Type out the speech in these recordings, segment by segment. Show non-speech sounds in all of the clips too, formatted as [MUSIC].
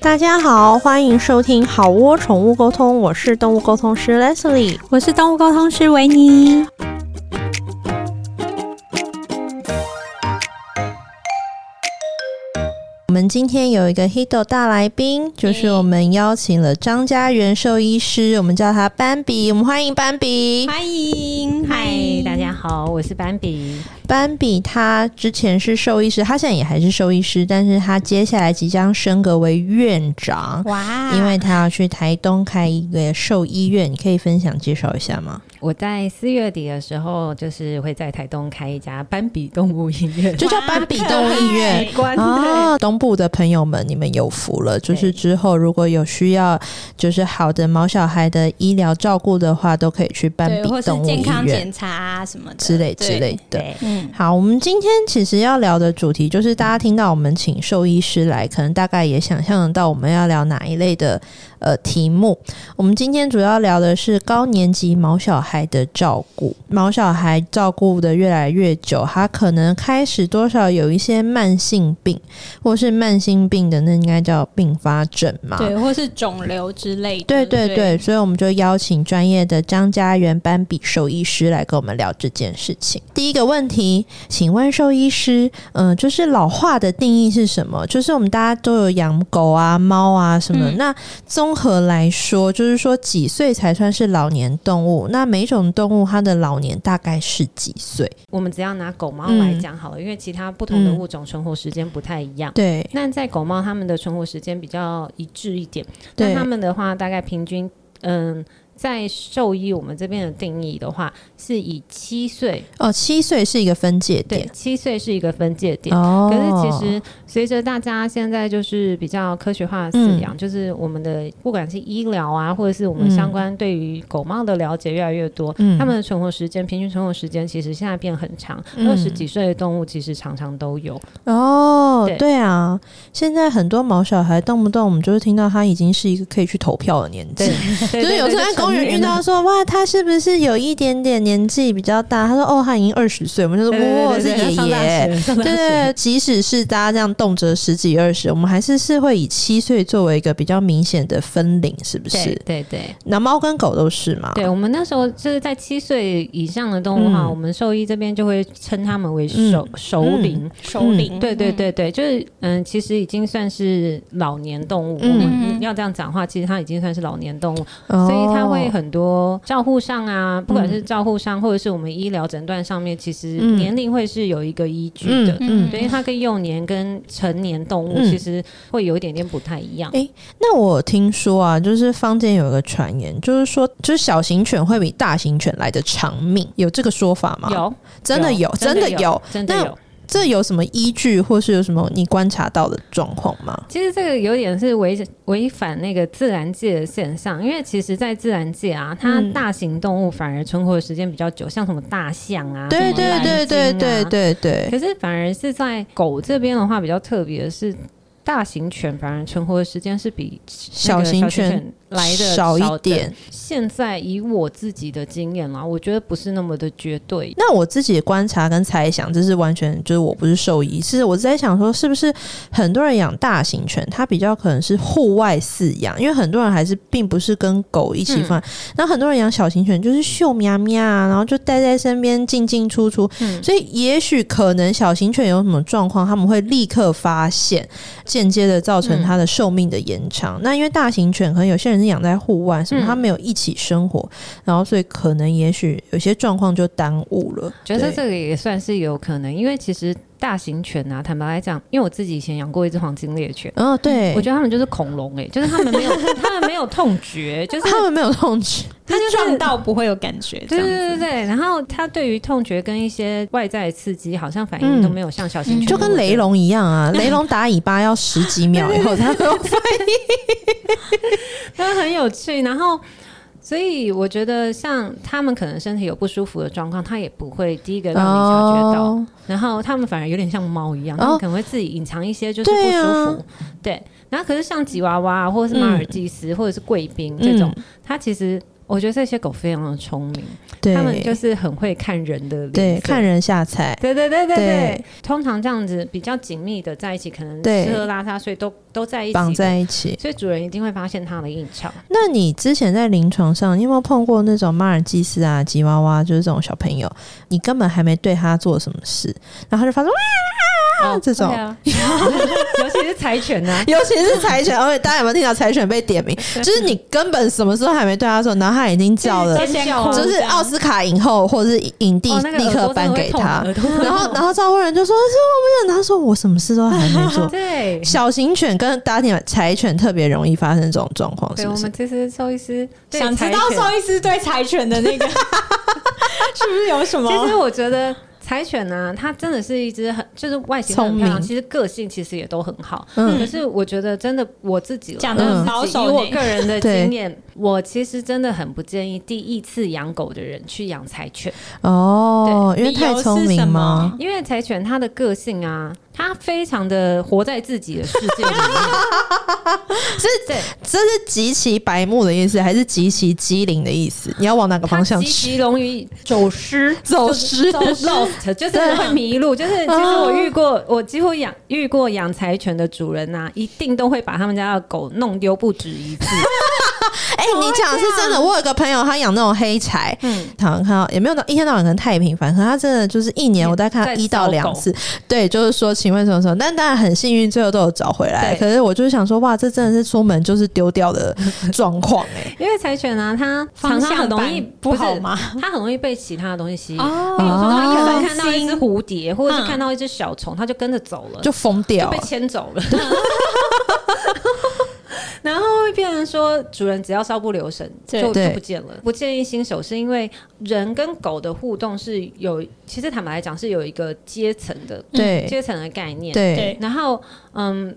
大家好，欢迎收听好窝宠物沟通，我是动物沟通师 Leslie。我是动物沟通师维尼。我们今天有一个 Hido 大来宾，就是我们邀请了张家元兽医师，我们叫他斑比，我们欢迎斑比。欢迎，嗨，大家好，我是斑比。斑比他之前是兽医师，他现在也还是兽医师，但是他接下来即将升格为院长。哇因为他要去台东开一个兽医院，你可以分享介绍一下吗？我在四月底的时候，就是会在台东开一家斑比动物医 [LAUGHS] 院，就叫斑比动物医院，哎关哦，东部的朋友们，你们有福了。就是对之后如果有需要，就是好的毛小孩的医疗照顾的话，都可以去斑对，比或是动物健医康院检查啊什么的之类之。类对的。对，嗯，好，我们今天其实要聊的主题就是，大家听到我们请兽医师来，可能大概也想象得到我们要聊哪一类的呃题目。我们今天主要聊的是高年级毛小孩的照顾，毛小孩照顾的越来越久，他可能开始多少有一些慢性病，或是慢性病的那应该叫并发症嘛？对，或是肿瘤之类的。对对对，所以我们就邀请专业的张家元斑比兽医师来跟我们聊这件事情。第一个问题，请问兽医师，嗯、就是老化的定义是什么？就是我们大家都有养狗啊、猫啊什么的，嗯那综合来说，就是说几岁才算是老年动物？那每种动物它的老年大概是几岁？我们只要拿狗猫嗯来讲好了，因为其他不同的嗯物种存活时间不太一样。对那在狗猫，它们的存活时间比较一致一点。那对它们的话，大概平均，嗯，在兽医我们这边的定义的话，是以七岁，哦，七岁是一个分界对点，七岁是一个分界点。哦。可是其实随着大家现在就是比较科学化的饲嗯养，就是我们的不管是医疗啊，或者是我们相关对于狗猫的了解越来越多，嗯它们的存活时间平均存活时间其实现在变很长，嗯二十、几岁的动物其实常常都有。哦，对对啊，现在很多毛小孩动不动我们就是听到他已经是一个可以去投票的年纪， [LAUGHS] 就就是有时候在公园遇到说哇，他是不是有一点点年纪比较大？他说哦，他已经二十岁，我们就说哇，是爷爷。对对对，即使是大家这样动辄十几二十，我们还是是会以七岁作为一个比较明显的分龄，是不对是？对对。那猫跟狗都是嘛？对我们那时候就是在七岁以上的动物哈，嗯我们兽医这边就会称它们为首首领，嗯首领。对对嗯，对对，就是嗯，其实已经算是老年动物。嗯我们要这样讲话，其实它已经算是老年动物，哦，所以它会很多照护上啊，不管是照护上或者是我们医疗诊断上面，其实嗯年龄会是有一个依据的。嗯所以它跟幼年跟成年动物嗯其实会有一点点不太一样。诶那我听说啊，就是坊间有一个传言，就是说，就是小型犬会比大型犬来的长命，有这个说法吗？，有，真的有，真的有。，真的嗯那有。这有什么依据，或是有什么你观察到的状况吗？其实这个有点是违违反那个自然界的现象，因为其实，在自然界啊，它嗯大型动物反而存活的时间比较久，像什么大象啊，对对对对对对。对对，可是反而是在狗这边的话，比较特别的是，大型犬反而存活的时间是比那小个型小型犬犬来的少一的。点。现在以我自己的经验啦，我觉得不是那么的绝对，那我自己的观察跟猜想，这是完全就是我不是兽医，是我在想说，是不是很多人养大型犬，它比较可能是户外饲养，因为很多人还是并不是跟狗一起嗯放，那、很多人养小型犬就是秀喵喵啊，然后就待在身边进进出出，嗯所以也许可能小型犬有什么状况，他们会立刻发现，间接的造嗯成它的寿命的延长。那因为大型犬可能有些人是养在户外，什么嗯它没有一起生活，然后所以可能也许有些状况就耽误了。觉得对这个也算是有可能，因为其实大型犬啊，坦白来讲，因为我自己以前养过一只黄金猎犬。哦，对，我觉得他们就是恐龙哎、 [LAUGHS] 就是他们没有， [LAUGHS] 他们没有痛觉，就是他们没有痛觉，它就是嗯撞到不会有感觉，这对样对子对对。然后他对于痛觉跟一些外在刺激，好像反应都没有像小型嗯犬就跟雷。龙一样啊，雷龙打尾巴要十几秒以后才会它很有趣。然后，所以我觉得像他们可能身体有不舒服的状况，他也不会第一个让你察觉到。哦然后他们反而有点像猫一样，哦他们可能会自己隐藏一些就是不舒服。嗯对,、然后可是像吉娃娃啊或者是马尔济斯、或者是贵宾这种，它其实我觉得这些狗非常的聪明，嗯对，它们就是很会看人的脸对色，看人下菜，对对对对对对，通常这样子比较紧密的在一起，可能对吃喝拉撒睡都都在一起，绑在一起。所以主人一定会发现它的异常。那你之前在临床上，你有没有碰过那种马尔济斯啊、吉娃娃，就是这种小朋友，你根本还没对他做什么事，然后他就发 [LAUGHS] 出，哎哦这种 [LAUGHS] 会啊尤其是柴犬啊呐、尤其是柴犬，而且大家有没有听到柴犬被点 [LAUGHS] 名？就是你根本什么时候还没对他做，然后他已经叫了，就先哭，就是这样奥斯卡影后或者是影帝哦，那个立耳刻朵真颁的给会痛他。耳朵会然后，痛。然后赵慧仁就说：“是我不想。”他说：“我什么事都还没做 [LAUGHS] 啊对”小型犬跟大型柴犬特别容易发生这种状况，对，是不我是们？这次兽医师对想知柴道犬兽医师对柴犬的 [LAUGHS] 那个是不是有什么？其实我觉得柴犬呢、它真的是一只很就是外形很漂聪亮，明其实个性其实也都很好。嗯可是我觉得真的我自己啦讲得很我自己保守以我呢个人 [LAUGHS] 的对经验，我其实真的很不建议第一次养狗的人去养柴犬，哦，因对为太理由聪是明什吗？么？因为柴犬它的个性啊，它非常的活在自己的世界里 [LAUGHS] 面。这是极其白目的意思，还是极其机灵的意思？你要往哪个它方向极去？其容易走失，走 [LAUGHS] 失走 lost，就是会迷路。就是其实哦我遇过，我几乎养遇过养柴犬的主人呐、一定都会把他们家的狗弄丢不止一次。 [LAUGHS] [LAUGHS] 哎、你讲的是真啊的。我有一个朋友，他养那种黑柴，嗯，好像看到也没有到一天到晚可能太频繁，可他真的就是一年我大概看到在一到找两狗次。对，就是说，请问什么时候？但当然很幸运，最后都有找回来。对可是我就是想说，哇，这真的是出门就是丢掉的 [LAUGHS] 状况哎。因为柴犬呢、它常方常向很容易盘不好是吗？它很容易被其他的东西吸引。哦比如说，它可哦能看到一只蝴蝶，或者是嗯看到一只小虫，它就跟着走了，就疯就掉被了，牵走了。啊 [LAUGHS] 然后会变成说，主人只要稍不留神，对就对就不见了。不建议新手，是因为人跟狗的互动是有，其实坦白来讲是有一个阶层的嗯对阶层的概念。，对，对然后嗯，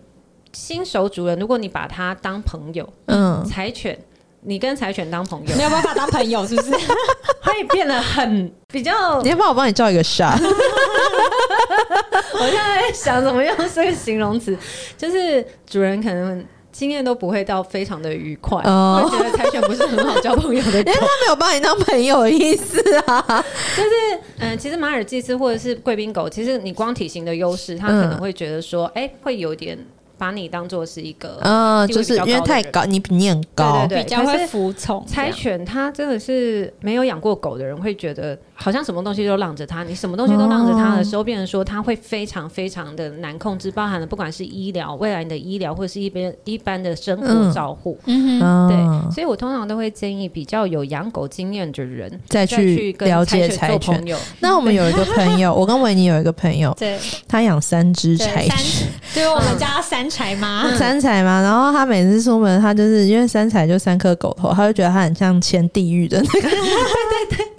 新手主人，如果你把它当朋友，嗯，柴犬，你跟柴犬当朋友没，有办法当朋友，是不是？会变得很比较。你要不要我帮你叫一个傻？ [LAUGHS] 我现在在想怎么用这个形容词，就是主人可能经验都不会到非常的愉快，哦会觉得柴犬不是很好交朋友 [LAUGHS] 的狗因为。他没有把你当朋友的意思 [LAUGHS] 啊。嗯，其实马尔济斯或者是贵宾狗，其实你光体型的优势，它可能会觉得说，哎、会有点把你当做是一个。嗯，地就位是比较因为高的太人高，你比你很高，对比较可是会服从这柴样。犬它真的是没有养过狗的人会觉得，好像什么东西都让着它，你什么东西都让着它的时候，变成说它会非常非常的难控制，包含了不管是医疗、未来你的医疗或者是一边一般的生活照护。嗯哼，嗯对，，所以我通常都会建议比较有养狗经验的人再再去去跟了柴解犬柴做犬。朋友。那我们有一个朋友，我跟维尼有一个朋友，嗯对他养三只柴对，犬三，， [LAUGHS] 对我们家三柴妈，啊嗯三彩嘛。然后他每次出门，他就是因为三彩就三颗狗头，他就觉得他很像前地狱的 [LAUGHS] 那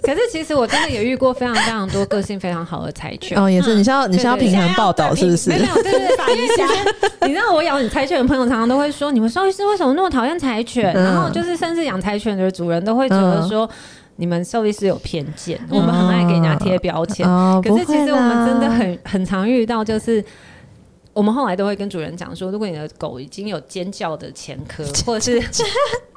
可是其实我真的也遇过非常非常多个性非常好的柴犬个。。哦，也是，嗯你是要你是要对对平衡报道是不没是？有，对对，反一下，你知道我养柴犬的朋友常常都会说，你们兽医师为什么那么讨厌柴犬？嗯然后就是甚至养柴犬的主人都会觉得说，你们兽医师有偏见，我们很爱给人家贴标签。哦，可是不其会实我们啦真的很很常遇到，就是我们后来都会跟主人讲说，如果你的狗已经有尖叫的前 [LAUGHS] 科，或者是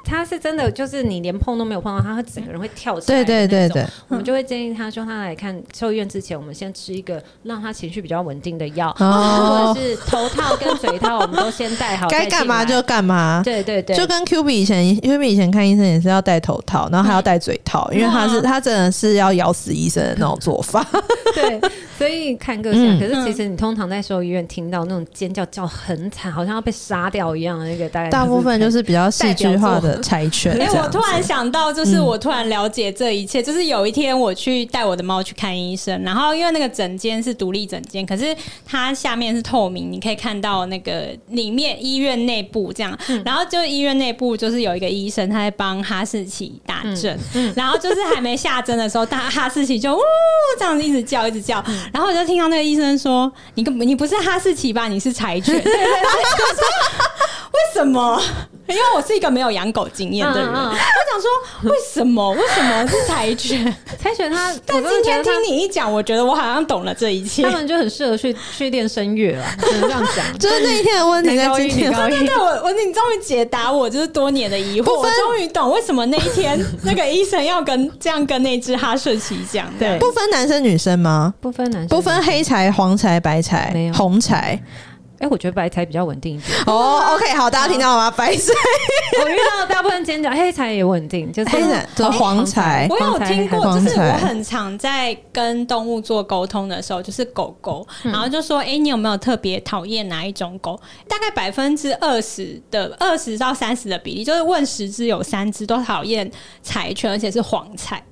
它是真的就是你连碰都没有碰到它，它整个人会跳起来对对的那对种对，我们就会建议他说，他来看兽医院之前，我们先吃一个让他情绪比较稳定的药，哦或者是头套跟嘴套，我们都先戴好，该干嘛再进就来干嘛。对对对，就跟 Q B 以前，Q B 以前看医生也是要戴头套，然后还要戴嘴 [LAUGHS] 套，因为他是啊哇他真的是要咬死医生的那种做法。 [LAUGHS] 对，所以看个性啊。嗯可是其实你通常在兽医院听到那种尖叫叫很惨，好像要被杀掉一样的那个，大概大部分就是比较戏剧化的柴犬。 [LAUGHS] 哎、这样嗯我突然想到，就是我突然了解这一切。就是有一天我去带我的猫去看医生，然后因为那个诊间是独立诊间，可是它下面是透明，你可以看到那个里面医院内部这样。嗯然后就医院内部就是有一个医生，他在帮哈士奇打嗯针，然后就是还没下针的时候，大哈士奇就呜这样子一直叫，一直叫。嗯然后我就听到那 [LAUGHS] 个医生说：“你根本你不是哈士奇吧？你是柴犬。”为什什么？因为我是一个没有养狗经验的人，嗯嗯嗯我想说为什么？为什么是柴犬？猜拳他， [LAUGHS] 但我真今的天觉得他听你一讲，我觉得我好像懂了这一切他。们就很适合去去练声乐啊，只能这样讲。就是那一天的问题在 [LAUGHS] 男高今音天 [LAUGHS] 女。高对对音，对，我我你终于解答我就是多年的疑惑，不我分终于懂为什么那一天那个医生要跟这样跟那只哈士奇讲。对不分男生女生吗？不分男生 [LAUGHS] 不分。黑柴、黄柴、白没柴、有红柴。哎，我觉得白才比较稳定一点。哦、o [LAUGHS] k 好，大家听到了吗？白柴、我遇到的大部分尖角黑才也稳定，就是黑柴、就是黄柴。我有听过，黄就柴是我很常在跟动物做沟通的时候，就是狗狗，嗯然后就说：“哎、你有没有特别讨厌哪一种狗？”大概百分之二十的二十到三十的比例，就是问十只有三只都讨厌柴犬，而且是黄 [LAUGHS] 柴。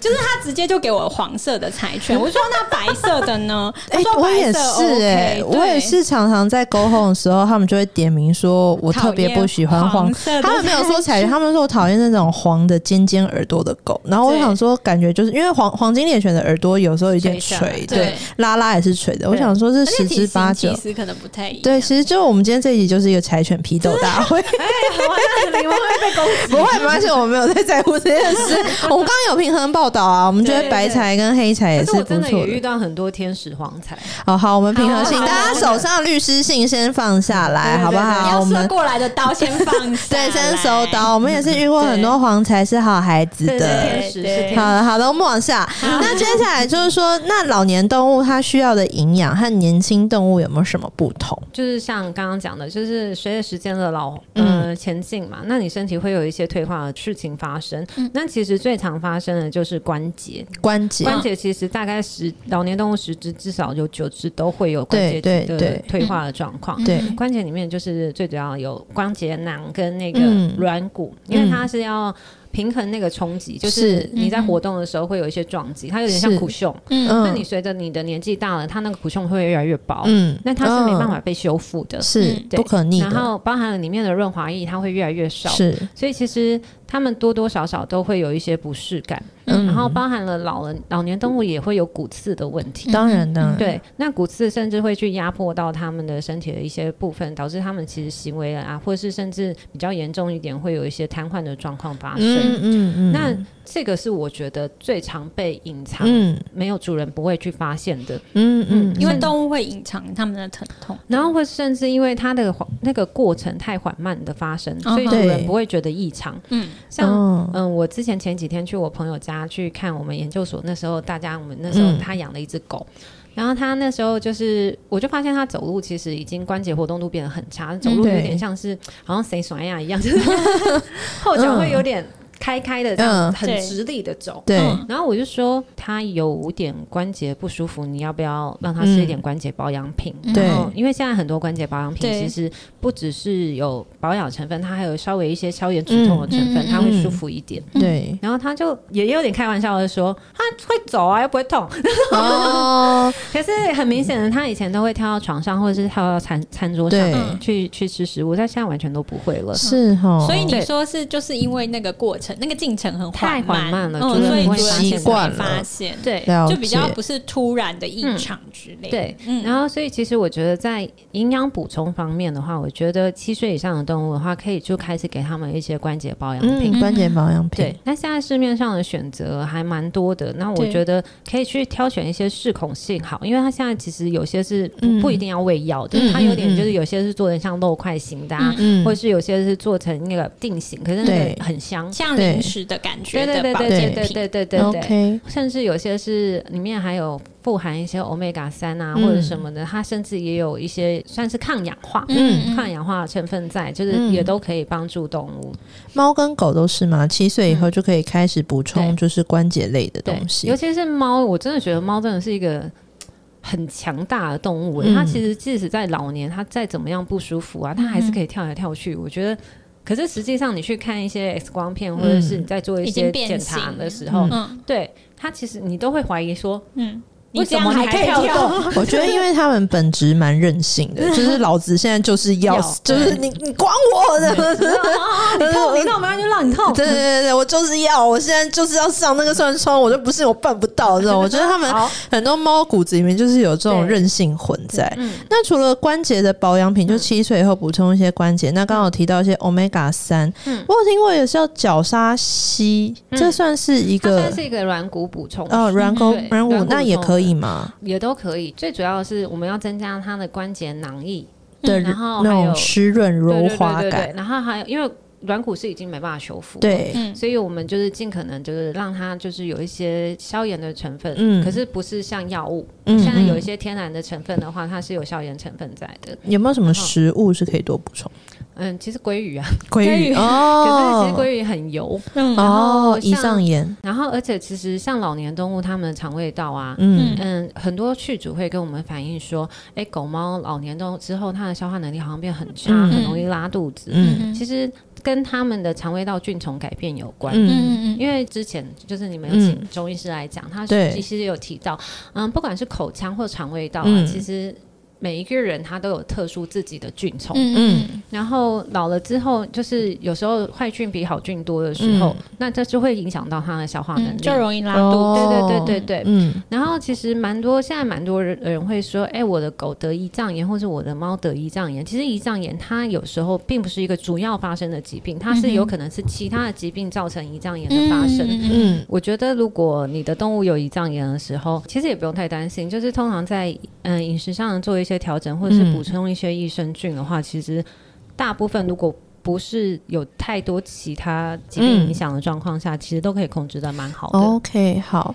就是他直接就给我黄色的柴犬，我说那白色的呢？[LAUGHS] 他哎、说我也白是色 OK，哎、对我也是常常在沟通的时候，他们就会点名说我特别不喜欢讨厌黄黄色 [LAUGHS] 的他们没有说 [LAUGHS] 彩，他们说我讨厌那种黄的尖尖耳朵的狗。然后我对想说，感觉就是因为黄黄金猎犬的耳朵有时候有点垂下来垂，对对，拉拉也是垂的。我对想说是而且十体之型八九其。实可能不太一样。对，其实就我们今天这一集就是一个柴犬批斗大 [LAUGHS] 会。哎啊你们会被攻击。不会，没关系，我没有在在乎这件事。 [LAUGHS] 我们刚刚有平衡报道啊，我们觉得对对白柴跟黑柴也但是是我不真错的也遇到很多天使黄才，哦，好，我们平衡性，好好大家好手上律师信先放下来，对对好不好？要啊我射们过来的刀先放 [LAUGHS] 下来，对先收刀，我们也是遇过很多黄才是好孩子对对的。天使是对天使好的，好的，我们往下。那接下来就是说，那老年动物它需要的营养和年轻动物有没有什么不同？就是像刚刚讲的，就是随着时间的老嗯呃前进嘛，那你身体会有一些退化的事情发生。那其实最常发生的就是关节，关节，关节其实大概十老年动物十只至少有九只都会有关节对对的对嗯退化的状况。对关节里面就是最主要有关节囊跟那个嗯软骨，嗯因为它是要平衡那个冲击，就是是你在活动的时候会有一些撞击，它有点像是苦胸。嗯，那嗯你随着你的年纪大了，它那个苦胸会越来越薄，嗯那它是没办嗯法被修复的。是嗯对不可逆然的，后包含了里面的润滑液，它会越来越少，是所以其实它们多多少少都会有一些不适感。嗯然后包含了老人老年动物也会有骨刺的问题。当然当然，嗯对，那骨刺甚至会去压迫到他们的身体的一些部分，导致他们其实行为啊，或是甚至比较严重一点，会有一些瘫痪的状况发生。嗯嗯嗯，那这个是我觉得最常被隐藏，嗯没有主人不会去发现的。嗯嗯，因为动物会隐藏它们的疼痛，然后会甚至因为它的缓那个过程太缓慢的发生，所以嗯主哼人不会觉得异常。嗯，像嗯嗯，我之前前几天去我朋友家去看我们研究所，那时候大家我们那时候嗯他养了一只狗，然后他那时候就是我就发现他走路其实已经关节活动度变得很差，走路有嗯对点像是好像谁甩呀一样，就是 [LAUGHS] 后脚会有点开开的这样，嗯很对直立的走。对嗯然后我就说他有点关节不舒服，你要不要让他吃一点关节保养品？对然后因为现在很多关节保养品嗯对其实不只是有保养成分，它还有稍微一些消炎止痛的成分，嗯嗯它会嗯舒服一点。对然后他就也有点开玩笑的说，他会走啊，又不会痛。 [LAUGHS] 哦，可是很明显的，他以前都会跳到床上，或者是跳到餐餐桌上对去去吃食物，但现在完全都不会了。是哦哈，所以你对说是就是因为那个过程，那个进程很太缓慢慢了主嗯，人所以不会主人习其实惯没了发现，对了解就比较不是突然的异常之类的。对，嗯然后所以其实我觉得在营养补充方面的话，我觉得七岁以上的动物的话，可以就开始给他们一些关节保养品。嗯，关节保养品，对，那现在市面上的选择还蛮多的，那我对觉得可以去挑选一些适口性好，因为它现在其实有些是不,、嗯不一定要喂药的，嗯它有点嗯就是有些是做的像肉块型的、啊，嗯或是有些是做成那个定型，可是那对个很香。像零食的感觉对对的对保对健对对品，对对对对。 ，OK，甚至有些是里面还有富含一些欧米伽三啊、嗯或者什么的，它甚至也有一些算是抗氧化、嗯抗氧化的成分在，就是嗯也都可以帮助动物。嗯猫跟狗都是嘛，七岁以后就可以开始补充就是关节类的嗯对东，西尤，其是猫，我真的觉得猫真的是一个。很强大的动物、欸，嗯它其实即使在老年，它再怎么样不舒服啊，嗯它还是可以跳来跳去。我觉得，可是实际上你去看一些 X 光片，或者是你在做一嗯已些经变检查形的时候，嗯对它其实你都会怀疑说，嗯，你这样还可以为什么你还跳跳动？我觉得，因为他们本质蛮任性的，就是老子现在就是要 [LAUGHS] 要，就是你你管我的，啊你痛，你痛，没关系，就让你痛。 [LAUGHS] 对对对对，我就是要，我现在就是要上那个算窗，我就不信我办不到这种。我觉得他们好很多猫骨子里面就是有这种对韧性混在。嗯那除了关节的保养品，就七岁以后补充一些关节。那刚好提到一些 omega 三，嗯我有听过也是叫角鲨烯，嗯这算是一它个算是一个软骨补充，哦软骨对软骨，那也可以吗？也都可以。最主要的是我们要增加它的关节囊液的嗯然后那还有种湿润柔滑感对对对对对，然后还有因为软骨是已经没办法修复，，对嗯，所以我们就是尽可能就是让它就是有一些消炎的成分，嗯可是不是像药物。嗯现在有一嗯些天然的成分的话，它是有消炎成分在的。有没有什么食物是可以多补充？嗯，其实鲑鱼啊，鲑鱼哦，可是其实鲑鱼很油，嗯然哦后，胰像脏炎，然后而且其实像老年动物，它们的肠胃道啊，嗯嗯嗯，很多剧组会跟我们反映说，哎，狗猫老年动物之后，它的消化能力好像变很差，嗯很容易拉肚子。嗯其实跟它们的肠胃道菌虫改变有关。嗯嗯嗯因为之前就是你们有请嗯中医师来讲，他对其实有提到，嗯，不管是口腔或肠胃道啊，嗯其实每一个人他都有特殊自己的菌虫。嗯然后老了之后，就是有时候坏菌比好菌多的时嗯候，那这就会影响到他的消化能嗯，力。就容易拉哦肚子。对对对对对，嗯然后其实蛮多，现在蛮多人人会说，哎、我的狗得胰脏炎，或是我的猫得胰脏炎。其实胰脏炎它有时候并不是一个主要发生的疾病，它是有可能是其他的疾病造成胰脏炎的发生。嗯嗯嗯嗯我觉得，如果你的动物有胰脏炎的时候，其实也不用太担心。就是通常在嗯饮食上做一些调整，或者是嗯补充一些益生菌的话，其实大部分如果不是有太多其他疾嗯病影响的状况下，其实都可以控制的蛮好的。嗯，OK，好。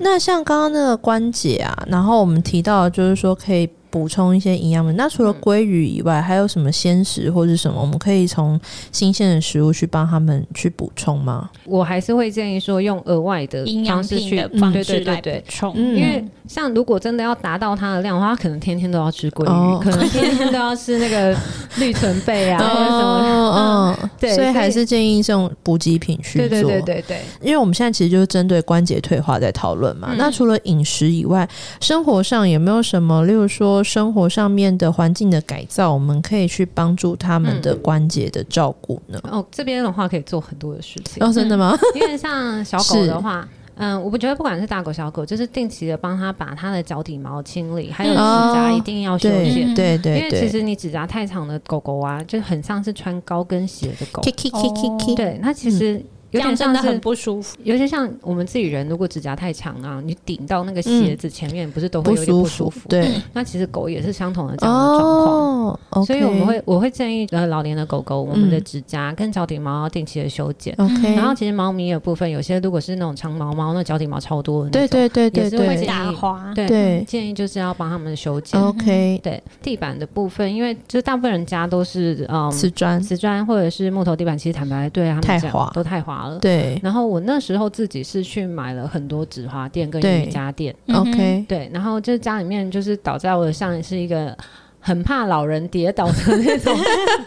那像刚刚那个关节啊，然后我们提到就是说可以补充一些营养品。那除了嗯鲑鱼以外，还有什么鲜食或是什么，我们可以从新鲜的食物去帮他们去补充吗？我还是会建议说用额外的营养方式品去的方对式对对来补对。充，嗯因为像如果真的要达到它的量的话，它可能天天都要吃鲑鱼，哦可能天天都要吃那 [LAUGHS] 个绿唇贝啊，或者什么。哦，嗯， [LAUGHS] 对所以所以还是建议这种补给品去对做。对对对对，因为我们现在其实就是针对关节退化在讨论嘛。嗯那除了饮食以外，生活上有没有什么，例如说生活上面的环境的改造，我们可以去帮助他们的关节的照顾呢？哦，这边的话可以做很多的事 [LAUGHS] 情，哦，真的吗？因为像小狗的话。嗯，我不觉得不管是大狗小狗，就是定期的帮它把它的脚底毛清理，还有指甲哦一定要修剪，对嗯对因对为其对。实你指甲太长的狗狗啊，就很像是穿高跟鞋的狗 k，k k k k，哦对，它其实嗯这有点样像真是的很不舒服。尤其像我们自己人，如果指甲太长啊，你顶到那个鞋子前面，不是都会不有点舒不舒服服？，对那其实狗也是相同的这样的状况。哦，OK，所以我们会，我会建议呃老年的狗狗，我们的嗯指甲跟脚底毛要定期的修剪。 OK，嗯然后其实猫咪的部分，有些如果是那种长毛猫，那脚底毛超多的那对种，对对对也是会对建议打滑，对对哦建议就是要帮他们修剪。 ，OK，对地板的部分，因为就是大部分人家都是嗯瓷砖，瓷砖或者是木头地板，其实坦白对他们太讲滑都太滑了。对然后我那时候自己是去买了很多纸花垫跟对瑜伽垫，嗯哼，OK，对，然后就家里面就是倒在我的上是一个很怕老人跌倒的那 [LAUGHS] 种 [LAUGHS]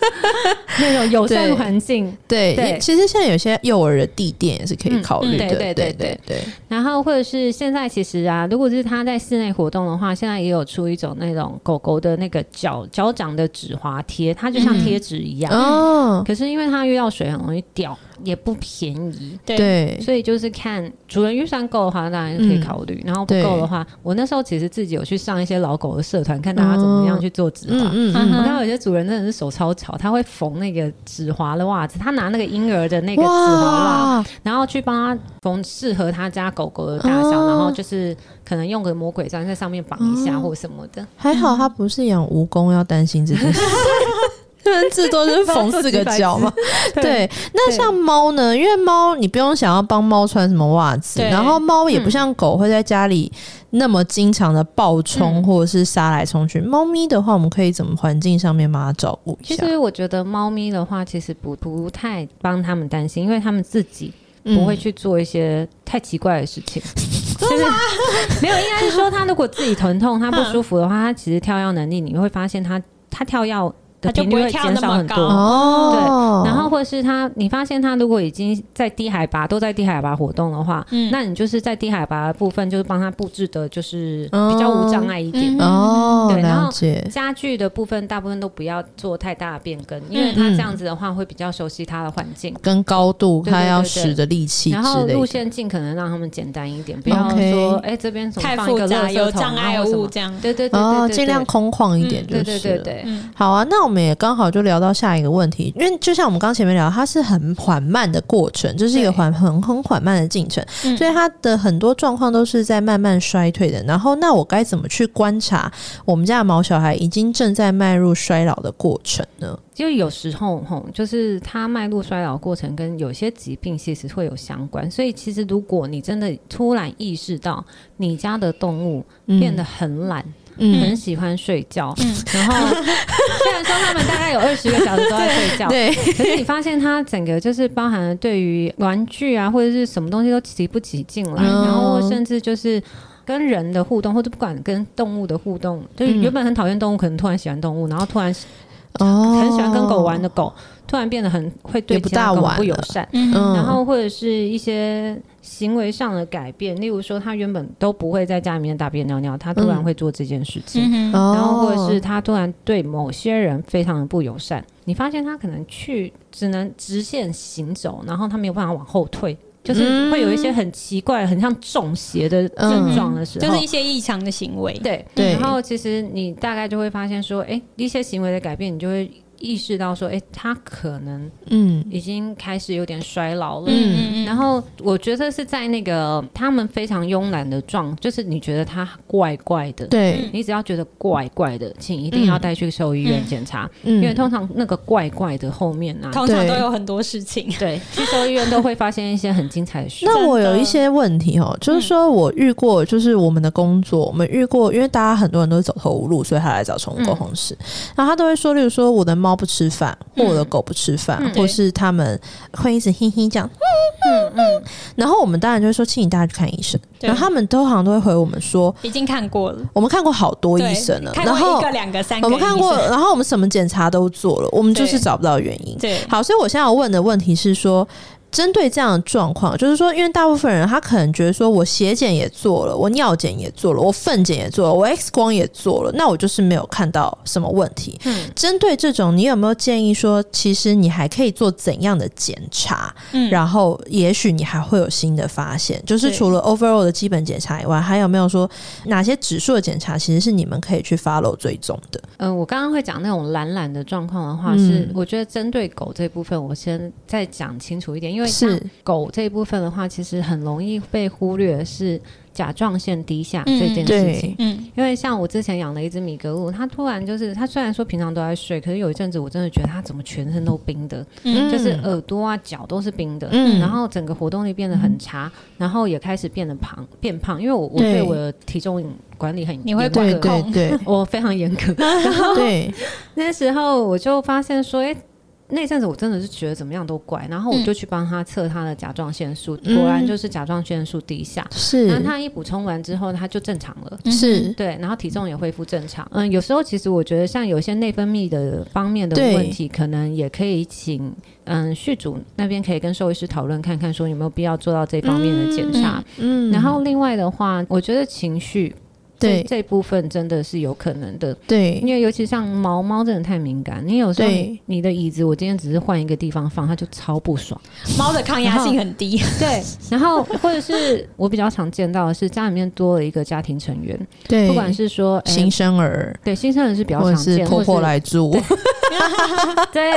那种友对善环境，对对，其实现在有些幼儿的地垫也是可以嗯考虑嗯的，对对对对对，然后或者是现在其实啊，如果是他在室内活动的话，现在也有出一种那种狗狗的那个脚脚掌的纸滑贴，它就像嗯贴纸一样。哦，可是因为它遇到水很容易掉，也不便宜，对对，所以就是看主人预算够的话，当然可以考虑；然后不够的话，我那时候其实自己有去上一些老狗的社团，看大家怎么样去做纸滑。嗯嗯我嗯看到有些主人真的是手超巧，他会缝那个纸滑的袜子，他拿那个婴儿的那个纸滑袜，哇，然后去帮他缝适合他家狗狗的大小，哦然后就是可能用个魔鬼粘在上面绑一下哦或什么的。还好他不是养蜈蚣，要担心这件事。 [LAUGHS] 他们至多就是缝四个角嘛。对，那像猫呢？因为猫你不用想要帮猫穿什么袜子，对然后猫也不像狗会在家里那么经常的暴冲嗯或者是杀来冲去。猫咪的话，我们可以怎么环境上面把它照顾一其下？实我觉得猫咪的话，其实不不太帮他们担心，因为他们自己嗯不会去做一些太奇怪的事 [LAUGHS] 情。就是 [LAUGHS] 没有，应该是说他如果自己疼痛，他不舒服的话，他其实跳药能力你会发现他他跳药它的就频不率会会跳减那少么很高多。哦，嗯然后或是它，你发现它如果已经在低海拔，都在低海拔活动的话，嗯那你就是在低海拔的部分，就是帮它布置的，就是比较无障碍一点。嗯哦，对然后了解，家具的部分大部分都不要做太大的变更，嗯因为它这样子的话会比较熟悉它的环境。跟高度对对对它要对使的力气之然后类路的。线尽可能让他们简单一点，不要 OK 说哎这边怎么太放一复个杂，垃圾有桶障碍然后什么物这样。对对对对哦，对尽量空旷一点就对是、对对对，嗯，好啊，那我们也刚好就聊到下一个问题，因为就像我们刚前面聊，它是很缓慢的过程，这是一个对缓很很缓慢的进程，嗯所以它的很多状况都是在慢慢衰退的。然后，那我该怎么去观察我们家的毛小孩已经正在迈入衰老的过程呢？就有时候吼，就是它脉络衰老过程跟有些疾病其实会有相关，所以其实如果你真的突然意识到你家的动物变得很懒，嗯，很喜欢睡觉， [LAUGHS] 嗯然后虽然说他们大概有二十个小时 [LAUGHS] 都在睡 [LAUGHS] 觉，对，可是你发现它整个就是包含了对于玩具啊或者是什么东西都提不起劲来，嗯然后甚至就是。跟人的互动，或者不管跟动物的互动，就是嗯原本很讨厌动物，可能突然喜欢动物，然后突然哦很喜欢跟狗玩的狗，突然变得很会对也不其他大狗玩很不友了善，哦嗯然后或者是一些行为上的改变，例如说它原本都不会在家里面大便尿尿，它突然嗯会做这件事情，嗯哼，然然后或者是他突然对某些人非常的不友善，你发现他可能去只能直线行走，然后他没有办法往后退，嗯就是会有一些很奇怪、很像中邪的症状的时候，就是一些异常的行为。对对然后其实你大概就会发现说，哎，一些行为的改变，你就会意识到说，哎，他可能嗯已经开始有点衰老了。嗯嗯然后我觉得是在那个他们非常慵懒的状，就是你觉得他怪怪的，对，你只要觉得怪怪的，请一定要带去兽医院检查，嗯因为通常那个怪怪的后面啊，通常都有很多事情。对， [LAUGHS] 去兽医院都会发现一些很精彩的 [LAUGHS] 事。那我真有的一些问题哦，就是说我遇过，就是我们的工作，我们遇过，因为大家很多人都是走投无路，所以他来找宠物沟通师，嗯然后他都会说，例如说我的猫不吃饭，或我的狗不吃饭，嗯或是他们会一直嘿嘿这样，嗯嗯，然后我们当然就会说，请你带他去看医生，对然后他们都好像都会回我们说，已经看过了，我们看过好多医生了，对看然过后一个、两个、三个，我们看过，，然后我们什么检查都做了，我们就是对找不到原因，对，好，所以我现在要问的问题是说，针对这样的状况，就是说，因为大部分人他可能觉得说我血检也做了，我尿检也做了，我粪检也做了，我 X 光也做了，那我就是没有看到什么问题。嗯针对这种，你有没有建议说，其实你还可以做怎样的检查？嗯然后也许你还会有新的发现。就是对除了 overall 的基本检查以外，还有没有说哪些指数的检查其实是你们可以去 follow 追踪的？呃，我刚刚会讲那种懒懒的状况的话，嗯是我觉得针对狗这部分，我先再讲清楚一点，因为像是狗这部分的话，其实很容易被忽略的是甲状腺低下这件事对，情。嗯因为像我之前养了一只米格鲁，它突然就是，它虽然说平常都在睡，可是有一阵子我真的觉得它怎么全身都冰的，嗯就是耳朵啊、脚都是冰的，嗯然后整个活动力变得很差，然后也开始变得胖，变胖。因为我我对对我的体重管理很你会严格对管对对控我非常严格。 [LAUGHS] 对，那时候我就发现说，哎、那阵子我真的是觉得怎么样都怪，然后我就去帮他测他的甲状腺素，嗯果然就是甲状腺素低下。那是他一补充完之后，他就正常了。是。对，然后体重也恢复正常。嗯，有时候其实我觉得像有一些内分泌的方面的对问题，可能也可以请嗯续主那边可以跟兽医师讨论看看，说有没有必要做到这方面的检查。嗯然后另外的话，我觉得情绪这对这部分真的是有可能的，因对为尤其像猫猫真的太敏感，你有时候对你你的椅子，我今天只是换一个地方放，它就超不爽。猫的抗压性很低，对，然后或者是我比较常见到的是家里面多了一个家庭成员，对，不管是说哎新生儿对，新生儿是比较或者常是见，婆婆或是来住对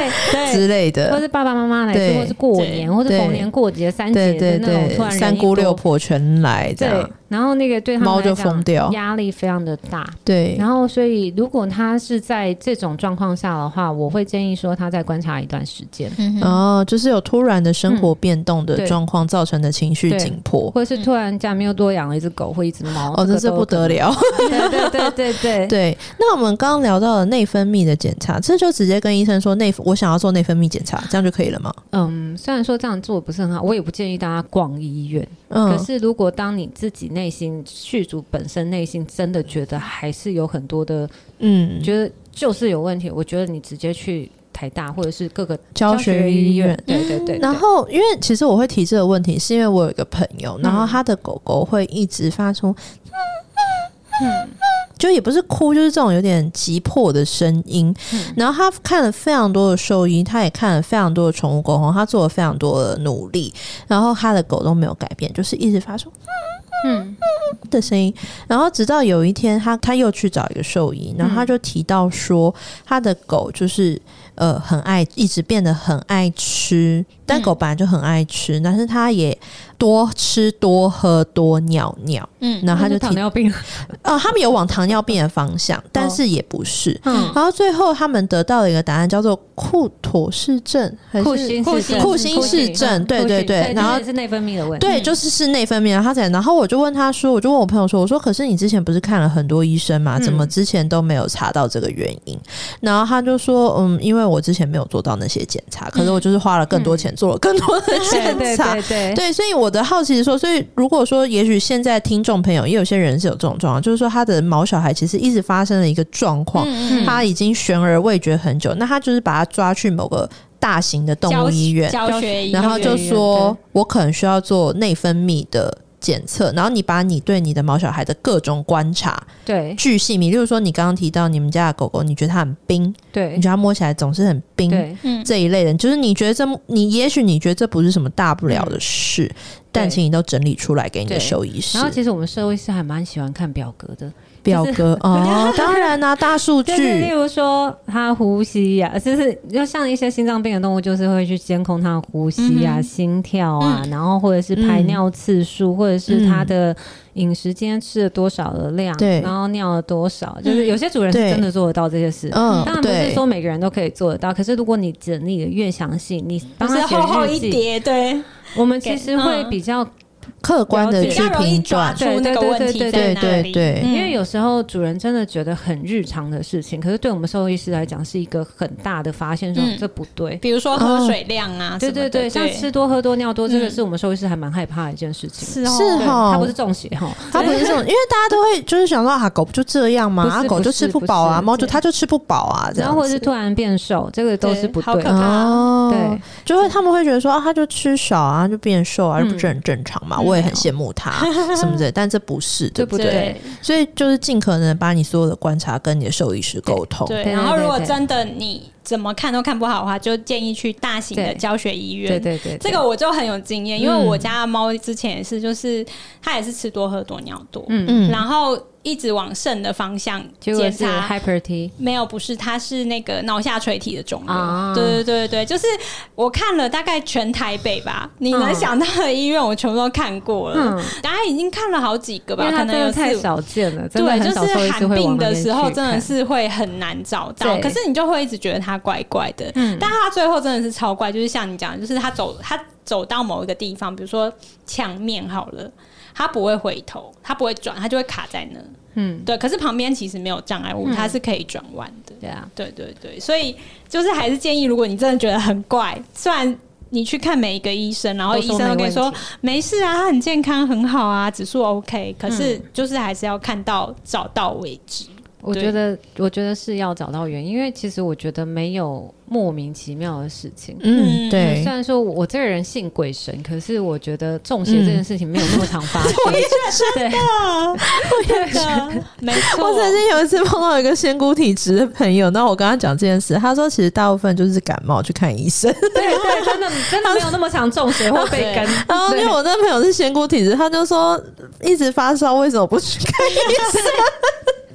[LAUGHS] 对，之类或的，是爸爸妈妈来对住，或是过年，对或是逢年过节、三节对对的那种突对，然三人一姑六多婆全来这对样，，然后那个对他们猫就来讲疯掉压力非常的大。对然，后，所以如果他是在这种状况下的话，我会建议说他再观察一段时间， [LAUGHS] 嗯哦，就是有突然的生活变动的嗯对状况造成的情绪对紧迫，或者是突然家里面又多养了一只狗或一只猫，哦，这真个是都不得了。 [LAUGHS] 对对对对对 [LAUGHS] 对，那我们刚刚聊到了内分泌的检查，这就直接跟医生说内我想要做内分泌检查，这样就可以了吗？嗯，虽然说这样做不是很好，我也不建议大家逛医院。嗯，可是如果当你自己内心剧组本身内心真的觉得还是有很多的，嗯，觉得就是有问题，我觉得你直接去台大或者是各个教学医院。对对对对然后，因为其实我会提这个问题，是因为我有一个朋友，然后他的狗狗会一直发出，就也不是哭，就是这种有点急迫的声音。然后他看了非常多的兽医，他也看了非常多的宠物沟通，他做了非常多的努力，然后他的狗都没有改变，就是一直发出嗯，的声音。然后直到有一天他，他又去找一个兽医，然后他就提到说，他的狗就是呃很爱，一直变得很爱吃，但嗯狗本来就很爱吃，但是它也多吃多喝多尿尿。嗯然后他就糖提，尿 [LAUGHS] 病，呃，他们有往糖尿病的方向，但是也不是。嗯，然后最后他们得到了一个答案，叫做库妥氏症，还库是欣库氏症，库欣氏症对对对然后这也是内分泌的问题，对，嗯就是是内分泌啊。他才，然后我就问他说，我就问我朋友说，我说可是你之前不是看了很多医生嗯嘛，怎么之前都没有查到这个原因？然后他就说，嗯，因为我之前没有做到那些检查，可是我就是花了更多钱做了更多的嗯 [LAUGHS] 对对检查。对对对，所以我的好奇是说，所以如果说，也许现在听众朋友也有些人是有这种状况，就是说他的毛小孩其实一直发生了一个状况，嗯他已经悬而未决很久，那他就是把他抓去某个大型的动物医院，教学医院，然后就说我可能需要做内分泌的检测，然后你把你对你的毛小孩的各种观察对巨细密，例如说你刚刚提到你们家的狗狗，你觉得它很冰，你对觉得它摸起来总是很冰。对，嗯，这一类的，就是你觉得这，你也许你觉得这不是什么大不了的事，但请你都整理出来给你的嗯对兽医师然后其实我们社会是还蛮喜欢看表格的，表格 [LAUGHS] 哦，当然啦、大数就是例据，如说它呼吸呀、就是就像一些心脏病的动物，就是会去监控它的呼吸嗯呀、哼嗯心跳啊，然后或者是排尿次数，或者是它的饮食今天吃了多少的量，对然后尿了多嗯少，就是有些主人是对真的做得到这些哦事。嗯当，然不是对说，每个人都可以做得到，可是如果你整理的越详细，你帮就是他厚厚写一日记，叠，对，我们其实会嗯比较客观的了解比去较容易评抓断，住那个问题在哪里。对对对嗯因为有时候主人真的觉得很日常的事情，可是对我们兽医师来讲是一个很大的发现，说嗯这不对。比如说喝水量啊，哦什对么对的对，像吃多喝多尿多，这个嗯是我们兽医师还蛮害怕的一件事情。是是哦对哈，它不是哦中邪哈，它不是这种，因为大家都会就是想说啊，狗不就这样吗？不是啊，狗就吃不饱啊，不是猫就对它就吃不饱啊，这然样后或者是子。突然变瘦，这个都是不好可对。怕哦，对，，就会他们会觉得说啊，它就吃少啊，它就变瘦啊，嗯这不是很正常嘛？嗯我也很羡慕它什么之类的，但这不是，对这不不对？对。所以就是尽可能把你所有的观察跟你的兽医师沟通。对，哦对然后对如果对真的你怎么看都看不好的话，就建议去大型的对教学医院。对对对，这对个我就很有经验，因为嗯我家的猫之前也是，就是它也是吃多喝多尿多，嗯，嗯，然后一直往肾的方向结果检是查， hyper T 没有，不是，它是那个脑下垂体的肿瘤。啊对对对对，就是我看了大概全台北吧，你能嗯想到的医院我全部都看过了，嗯大概已经看了好几个因吧，为可它能真有的四太五少见了，真的对，很就少兽是医师喊会病往那的边时候，去真的看是会很难找到，对嗯可是你就会一直觉得它怪怪的。但它最后真的是超怪，就是像你讲的，就是它走它走到某一个地方，比如说墙面好了，它不会回头，它不会转，它就会卡在那。嗯，对，可是旁边其实没有障碍物，它是可以转弯的。对啊，对对对，所以就是还是建议，如果你真的觉得很怪，虽然。你去看每一个医生，然后都医说生都没跟你说问题没事啊，他很健康，很好啊，指数 OK。可嗯是就是还是要看到找到为 [LAUGHS] 止。我对觉得，我觉得是要找到原因，因为其实我觉得没有莫名其妙的事情。嗯，嗯对虽，然说我这个人信鬼神，可是我觉得中邪这件事情没有那么常发生。嗯 [LAUGHS] 对，啊没我错，曾经有一次碰到一个仙姑体质的朋友，那我跟他讲这件事，他说其实大部分就是感冒去看医生。对对，真的真的没有那么常中邪或被跟。然后哦因为我那朋友是仙姑体质，他就说一直发烧，为什么不去看医生？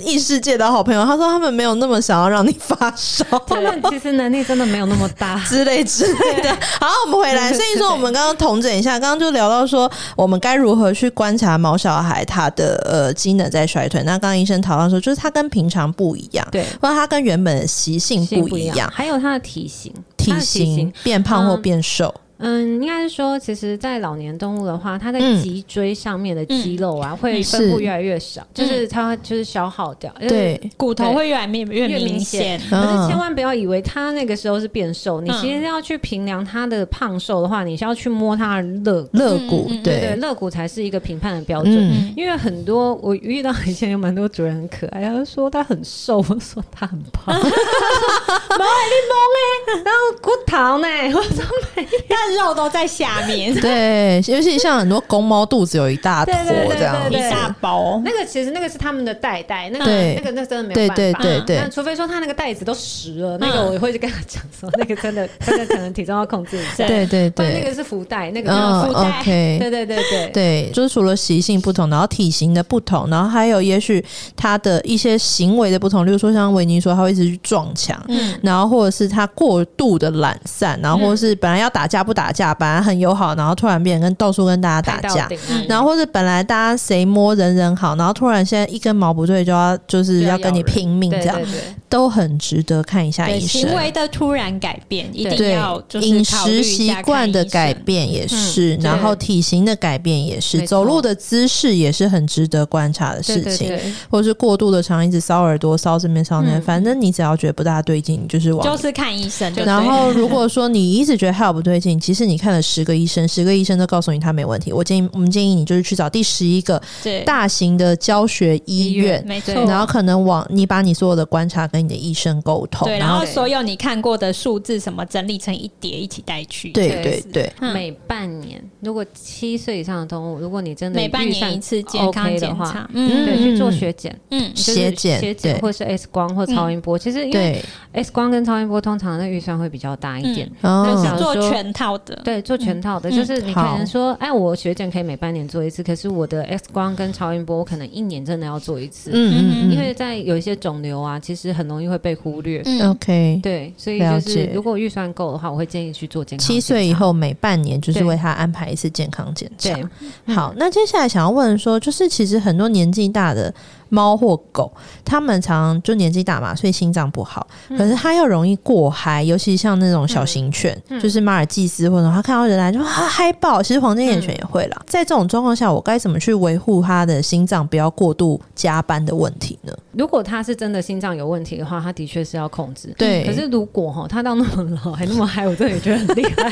异世界的好朋友，他说他们没有那么想要让你发烧。他们其实能力真的没有那么大。 [LAUGHS] 之类之类的。好，我们回来。所以说，我们刚刚统整一下，刚刚就聊到说，我们该如何去观察毛小孩他的呃机能在衰退。那刚刚医生讨论说，就是他跟平常不一样，对，或者他跟原本的习性性不一样，还有他的体型，他体的体型变胖或变瘦。嗯、嗯，应该是说，其实，在老年动物的话，它在嗯脊椎上面的肌肉啊，会嗯分是布嗯越来越少，就是它就是消耗掉。就是对，骨头会越来越越越明明显显。嗯可是千万不要以为它那个时候是变瘦，你嗯其实要去评量它的胖瘦的话，你是要去摸它的肋，肋嗯骨嗯嗯对对，对，肋骨才是一个评判的标准。嗯，因为很多我遇到以前有蛮多主人很可爱，他就说他很瘦， [LAUGHS] 我说他很 [LAUGHS] 胖，毛海丽萌哎，然后骨头呢，我说 [LAUGHS] [LAUGHS] 但肉都在下面，对，尤其像很多公猫肚子有一大坨对对对这样对一对子，大包。那个其实那个是他们的袋袋，那个对那个那个真的没对有办法。啊对对嗯对那，除非说他那个袋子都实了，那嗯个我会去跟他讲说，那个真的真的可能体重要控制一下。对嗯 [LAUGHS] 对不然那对，个是福袋，那个叫嗯福袋。 ，OK，对对对对对，就是除了习性不同，然后体型的不同，然后还有也许他的一些行为的不同，例如说像维尼说，他会一直去撞墙。嗯，然后或者是他过度的懒散，然后或者是本来要打架不打架，本来很友好，然后突然变得跟到处跟大家打排到架，顶啊然后或者本来大家谁摸人人好，然后突然现在一根毛不对就要就是就要要跟咬你人拼命对这样，对对都很值得看一下对，医生行。为的突然改变一定对要就，是饮考虑食一习下惯的看改医生嗯变也是，然后体型的改变也是，没错走路的姿势也是很值得观察的事对情，对对，或是过度的常一直搔耳朵、搔这边、搔那边，嗯反正你只要觉得不大对劲，你就是往就是看医生就对了，然后，如果说你一直觉得还有不对劲，其实你看了十个医生，十个医生都告诉你他没问题。我建议，我们建议你就是去找第十一个对大型的教学医院，没错，对然后可能往你把你所有的观察跟你的医生沟通，对，然然后后所有你看过的数字什么整理成一叠一起带去，对对对对，嗯每半年，如果七岁以上的动物，如果你真的每半预算年一次健康 OK 检的话，查，嗯对，去做血检、嗯，就是血检对血嗯检或是 X 光或超音波。其实因为对， X 光跟超音波通常的预算会比较大一点，那哦想，做说全套的，对，做全套的，嗯就是你可好能说，哎，我血检可以每半年做一次，可是我的 X 光跟超音波，我可能一年真的要做一次，嗯因为在有一些肿瘤啊，其实很容易会被忽略。嗯，OK。对，所以了就解是如果预算够的话，我会建议去做健康七检岁以查。后每半年就是对为他安排一次健康检查。对，嗯好，那接下来想要问说，就是其实很多年纪大的猫或狗，它们常就年纪大嘛，所以心脏不好，嗯可是它又容易过嗨，尤其像那种小型犬，嗯就是马尔济斯或者它看到人来就啊嗨爆，其实黄嗯金眼犬也会啦。在这种状况下，我该怎么去维护它的心脏不要过度加班的问题呢？如果他是真的心脏有问题的话，他的确是要控制。对可是如果哈，他到那么老还那么嗨，我真的也觉得很厉害，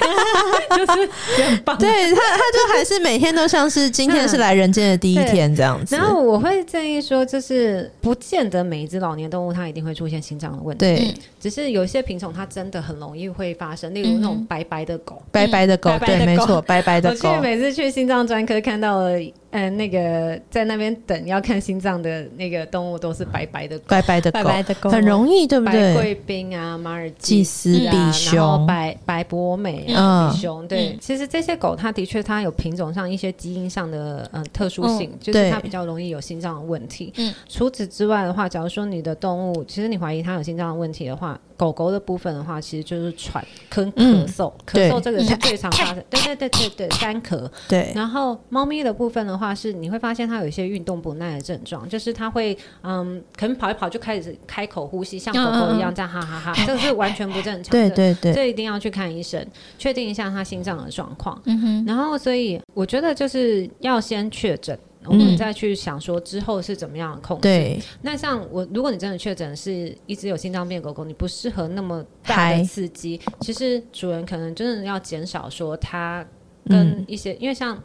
就是也很棒。 [LAUGHS] 对它，它就还是每天都像是今天是来人间的第一天这样子然。后我会建议说，就是不见得每一只老年动物它一定会出现心脏的问题，对，只是有一些品种它真的很容易会发生，例如那种白白的狗。白白的嗯狗，白白的对，嗯没狗错，白白的我去狗，每次去心脏专科看到了，呃，那个在那边等要看心脏的那个动物都是白白的狗，白白的狗，的很容易，对不白对？贵宾啊，马尔祭济斯司、啊比然后熊，白白博美嗯啊，比熊，对嗯，其实这些狗它的确它有品种上一些基因上的嗯特殊性，就是对它比较容易有心脏的问题嗯。除此之外的话，假如说你的动物，其实你怀疑它有心脏的问题的话，狗狗的部分的话，其实就是喘跟嗯咳嗽，对咳嗽这个是最常发嗯生，对对对对对，干咳。对，然后猫咪的部分的话，是你会发现它有一些运动不耐的症状，就是它会嗯，可能跑一跑就开始开口呼吸，像狗狗一嗯样这样哈哈哈，这个是完全不正常对的。对对，这一定要去看医生，确定一下他心脏的状况。嗯哼，然后，所以我觉得就是要先确诊。我嗯们再去想说之后是怎么样的控制。，对，那像我，如果你真的确诊是一只有心脏病的狗狗，你不适合那么大嗨的刺激，其实主人可能真的要减少说它跟嗯，一些，因为像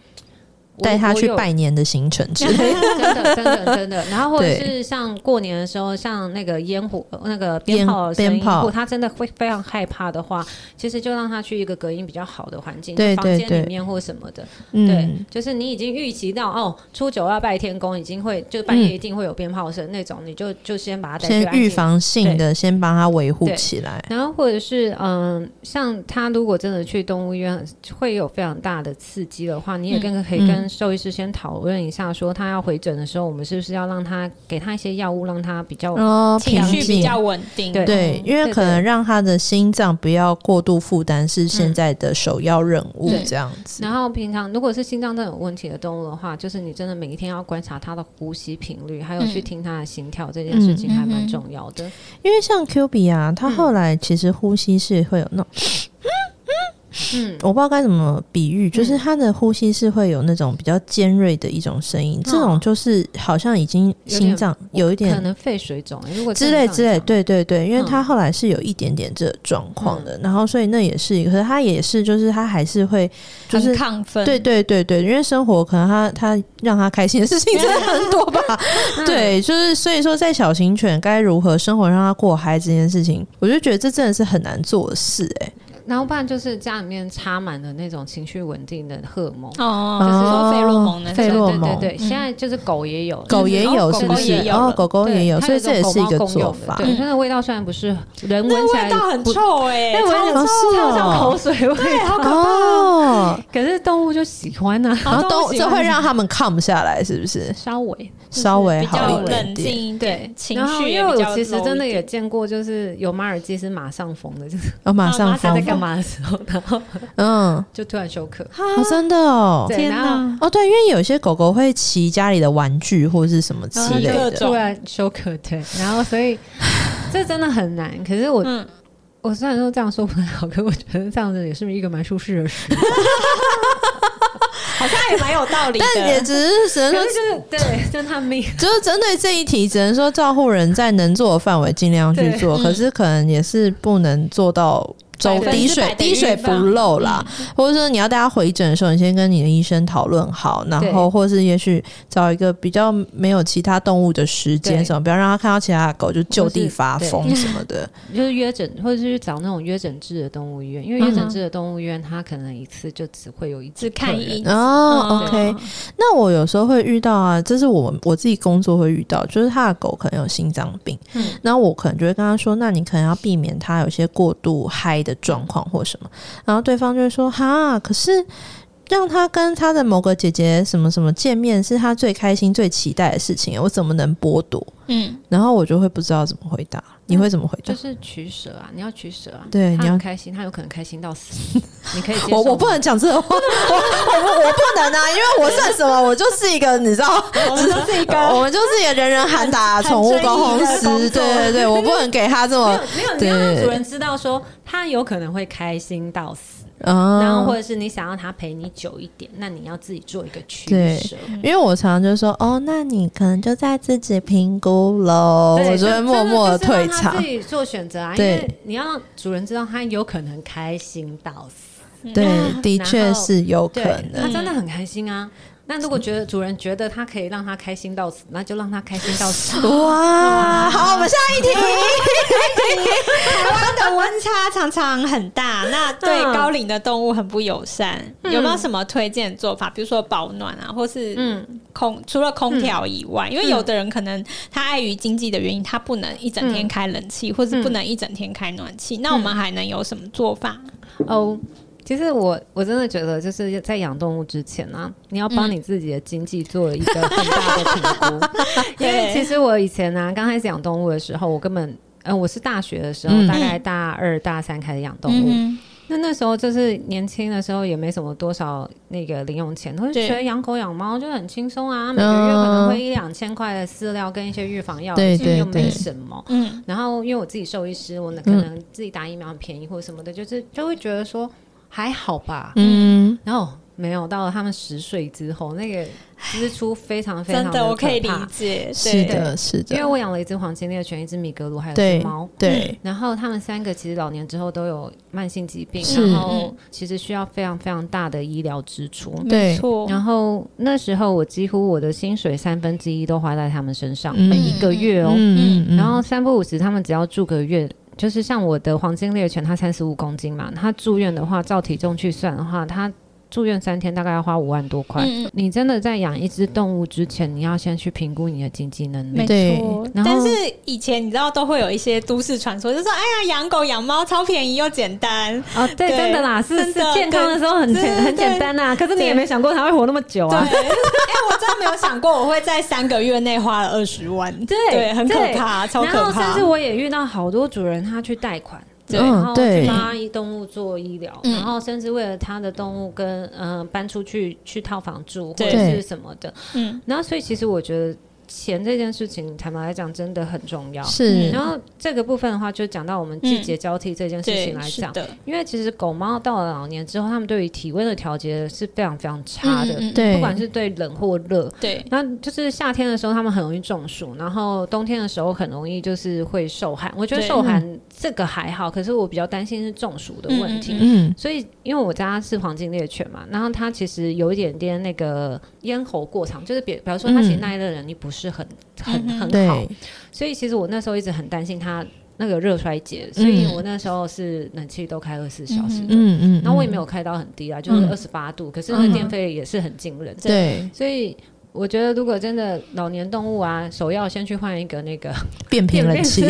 我带他我去有拜年的行程之类， [LAUGHS] 真的，真的，真的。然后或者对是像过年的时候，像那个烟火、呃那个烟鞭炮的声音，鞭炮如果他真的会非常害怕的话，其实就让他去一个隔音比较好的环境，对就对房间对里面或什么的。嗯对，，就是你已经预期到哦，初九要拜天公，已经会就半夜一定会有鞭炮声那种，你就就先把它带去嗯先安预静防性的先帮他维护对起来，然后或者是嗯，像他如果真的去动物医院，会有非常大的刺激的话，你也嗯跟可以跟兽医师先讨论一下，说他要回诊的时候，我们是不是要让他给他一些药物，让他比较哦，情平绪比静。较稳定，对对，因为嗯对可能对让他的心脏不要过度负担是现在的首要任务，嗯对这样子。然后平常如果是心脏真的有问题的动物的话，就是你真的每一天要观察它的呼吸频率，还有嗯去听它的心跳，这件事情还蛮重要的。嗯因为像 Q 比啊，他后来其实呼吸是会有那种，嗯，我不知道该怎么比喻，就是它的呼吸是会有那种比较尖锐的一种声音，这种就是好像已经嗯有点心脏有一可点能肺水肿，如果之类之类，对。对对对，因为嗯他后来是有一点点这个状况的，然后所以那也是一个，可是他也是就是他还是会就很是。亢奋，对对对对，因为生活可能他他让他开心的事情真的很多 [LAUGHS] 吧，嗯对，就是所以说在小型犬该如何生活让它过嗨这件事情，我就觉得这真的是很难做的事哎、然后不然就是家里面插满了那种情绪稳定的荷尔蒙，哦，嗯就是说费洛蒙的费洛蒙对对对，嗯现在就是狗也有，狗也有狗是狗不是？也有哦了，狗狗也有，所以这也是一个做法。对，它的味道虽然不是人嗯闻那起来味道很不，臭哎、哎，闻超臭超像口水味，对，好可怕。哦，可是动物就喜欢啊呐，然后嗯都都喜这欢会让他们 calm 下来，是不是？稍微稍微比好较一点冷静点。一对点，情然后绪也因为比较我其实 low 真的一也点见过，就是有马尔济斯马上疯的，就是哦，马啊上马他上放啊在，干嘛的时候，然后嗯，就突然休克。哦，真的哦，对天然后哪，哦，对，因为有些狗狗会骑家里的玩具或者是什么之类啊各的，种突然休克，对，然后 [LAUGHS] 所以这真的很难。可是我，嗯我虽然说这样说不太好，可我觉得这样子也是一个蛮舒适的事。好像也蛮有道理的。 [LAUGHS] 但也只是只能可说是，就是对，真他命。 [LAUGHS] 就是针对这一题，只能说照护人在能做的范围尽量去做，对嗯可是可能也是不能做到。周百分之滴水百的滴水预不防嗯漏啦，或者说你要带他回诊的时候，你先跟你的医生讨论好，然后对或是也许找一个比较没有其他动物的时间对什么，不要让他看到其他的狗就就地或是发对疯什么的。就是约诊，或者是去找那种约诊制的动物医院，因嗯为约诊制的动物医院，它可能一次就只会有一次只看一人。哦嗯，OK，那我有时候会遇到啊，这是我我自己工作会遇到，就是他的狗可能有心脏病，嗯那我可能就会跟他说，那你可能要避免它有些过度嗨的状况或什么，然后对方就会说，哈，可是。让他跟他的某个姐姐什么什么见面，是他最开心、最期待的事情，我怎么能剥夺？嗯，然后我就会不知道怎么回答。你会怎么回答就？是取舍啊，你要取舍啊。对他你要很开心，他有可能开心到死，你可以接受吗。 [LAUGHS] 我我不能讲这种话，我我我不能啊，因为我算什么？我就是一个你知道，我们都是一个 [LAUGHS] 我们就是也人人喊打很宠物沟通很正义师，对的工作对对，我不能给他这 [LAUGHS] 没么有没有，你要让呃对主人知道说他有可能会开心到死，然后嗯或。者是你想要他陪你久一点，那你要自己做一个取对舍。因为我常常就说哦，那你可能就在自己评估喽，对哦我就会默默的真的退就是让他场自。己做选择啊，因对为你要让主人知道他有可能开心到死，对，的确然后是有可对他能。真的很开心啊。那如果觉得主人觉得他可以让他开心到死，那就让他开心到 [LAUGHS] 死。哇，好，我们下一题。 [LAUGHS] 台湾的温差常常很大，那对高龄的动物很不友善。有没有什么推荐的做法？比如说保暖啊，或是嗯空除了空调以外，因为有的人可能他碍于经济的原因，他不能一整天开冷气，或是不能一整天开暖气。那我们还能有什么做法？哦，其实我我真的觉得，就是在养动物之前呢、啊，你要帮你自己的经济做一个很大嗯的 [LAUGHS] 评估，因对为其实我以前呢、啊，刚开始养动物的时候，我根本。嗯，我是大学的时候，嗯大概大二、大三开始养动物。嗯那那时候就是年轻的时候，也没什么多少那个零用钱，我就对嗯觉得养狗养猫就很轻松啊，每个月可能会一两千块的饲料跟一些预防药，对其实又对对没什么。嗯，然后因为我自己兽医师，我呢可能自己打疫苗很便宜或什么嗯的，就是就会觉得说还好吧。嗯，然后没有到了他们十岁之后，那个支出非常非常嗯真的我可以理可怕解，是对的，是因为的，我养了一只黄金猎犬，一只米格鲁，还有一对只猫。对，然后他们三个其实老年之后都有慢性疾病，是嗯然后其实需要非常非常大的医疗支出。对没错，然后那时候我几乎我的薪水三分之一都花在他们身上，每一个月哦。嗯然后三不五时，他们只要住个月，就是像我的黄金猎犬，它三十五公斤嘛，它住院的话，照体重去算的话，它住院三天大概要花五万多块。嗯，你真的在养一只动物之前，你要先去评估你的经济能力没。对错，然后但是以前你知道都会有一些都市传说，就说哎呀，养狗养猫超便宜又简单，哦，对，对真的啦，是真是的健康的时候很简对很简单呐、可是你也对没想过它会活那么久对，啊。哎、我真的没有想过我会在三个月内花了二十万，对很可对怕，超然可后甚怕至。我也遇到好多主人，他去贷款，对然后嗯，去对帮动物做医疗，嗯然后甚至为了他的动物跟嗯、呃搬出去去套房住或对者是什么的。嗯，然后所以其实我觉得钱这件事情，坦白来讲真的很重要。是嗯然后这个部分的话，就讲到我们季节交替这件事对，情来嗯是讲，的，因为其实狗猫到了老年之后，它们对于体温的调节是非常非常差的，嗯嗯嗯对，不管是对冷或热。对，那就是夏天的时候，它们很容易中暑，然后冬天的时候很容易就是会受寒。我觉得对受寒这个还好，可是我比较担心是中暑的问题。嗯嗯嗯嗯所以，因为我家是黄金猎犬嘛，然后它其实有一点点那个咽喉过长，就是比比方说它其实嗯耐热能力不是很、很嗯哼很好对，，所以其实我那时候一直很担心它那个热衰竭，所以嗯我那时候是冷气都开二十四小时的，嗯嗯，然后我也没有有开到很低啊，就是嗯二十八度，可是那个电费也是很惊人，对所以。我觉得，如果真的老年动物啊，首要先去换一个那个 [LAUGHS] 变频冷气，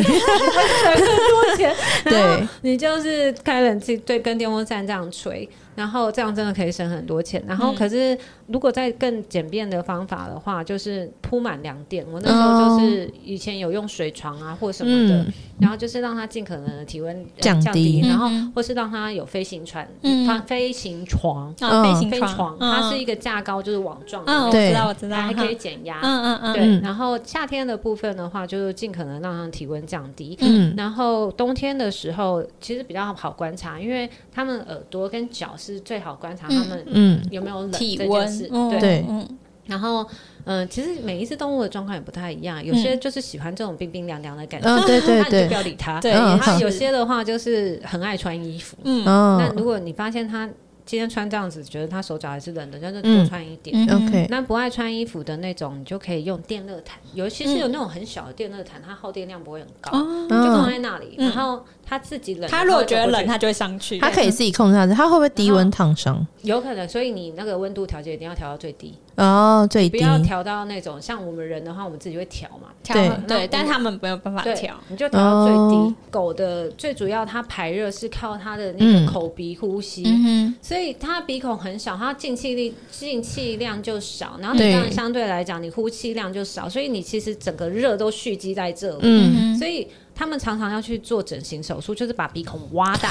多钱，然对后你就是开冷气，对，跟电风扇这样吹，然后这样真的可以省很多钱。然后，嗯可是如果再更简便的方法的话，就是铺满凉垫。我那时候就是以前有用水床啊或什么的，嗯然后就是让它尽可能的体温、呃降低降低，然后嗯或是让它有飞行船、嗯它飞行床、啊，嗯飞行飞床，嗯它是一个架高就是网状的，嗯，我对知道，我知道，它还可以嗯，减压。嗯嗯嗯，对，嗯然后夏天的部分的话，就是尽可能让它体温降低。嗯然后冬天的时候，其实比较好观察，因为它们耳朵跟脚是最好观察它们嗯有没有冷体这件温事，嗯对，对嗯然后，嗯、其实每一只动物的状况也不太一样，有些就是喜欢这种冰冰凉凉的感觉，嗯，对对 [LAUGHS] 那你就不对，要理它。对嗯然后好有些的话就是很爱穿衣服，嗯那嗯如果你发现它今天穿这样子，觉得它手脚还是冷的，那就嗯多穿一点。嗯，OK，那不爱穿衣服的那种，你就可以用电热毯，尤其是有那种很小的电热毯，它耗电量不会很高，哦，就放嗯，在那里，嗯然后它自己冷，他如果觉得冷，嗯它他就会上去，他可以自己控制它，它会不会低温烫伤？有可能，所以你那个温度调节一定要调到最低，哦，最不低，要调到那种像我们人的话，我们自己会调嘛，调对很那我对，但他们没有办法对，调，你就调到最低。哦狗的最主要，它排热是靠它的那嗯个口鼻呼吸。嗯所以它鼻孔很小，它进气力进气量就少，然后你对当然相对来讲，你呼气量就少，所以你其实整个热都蓄积在这里。嗯，嗯，所以他们常常要去做整形手术，就是把鼻孔挖大。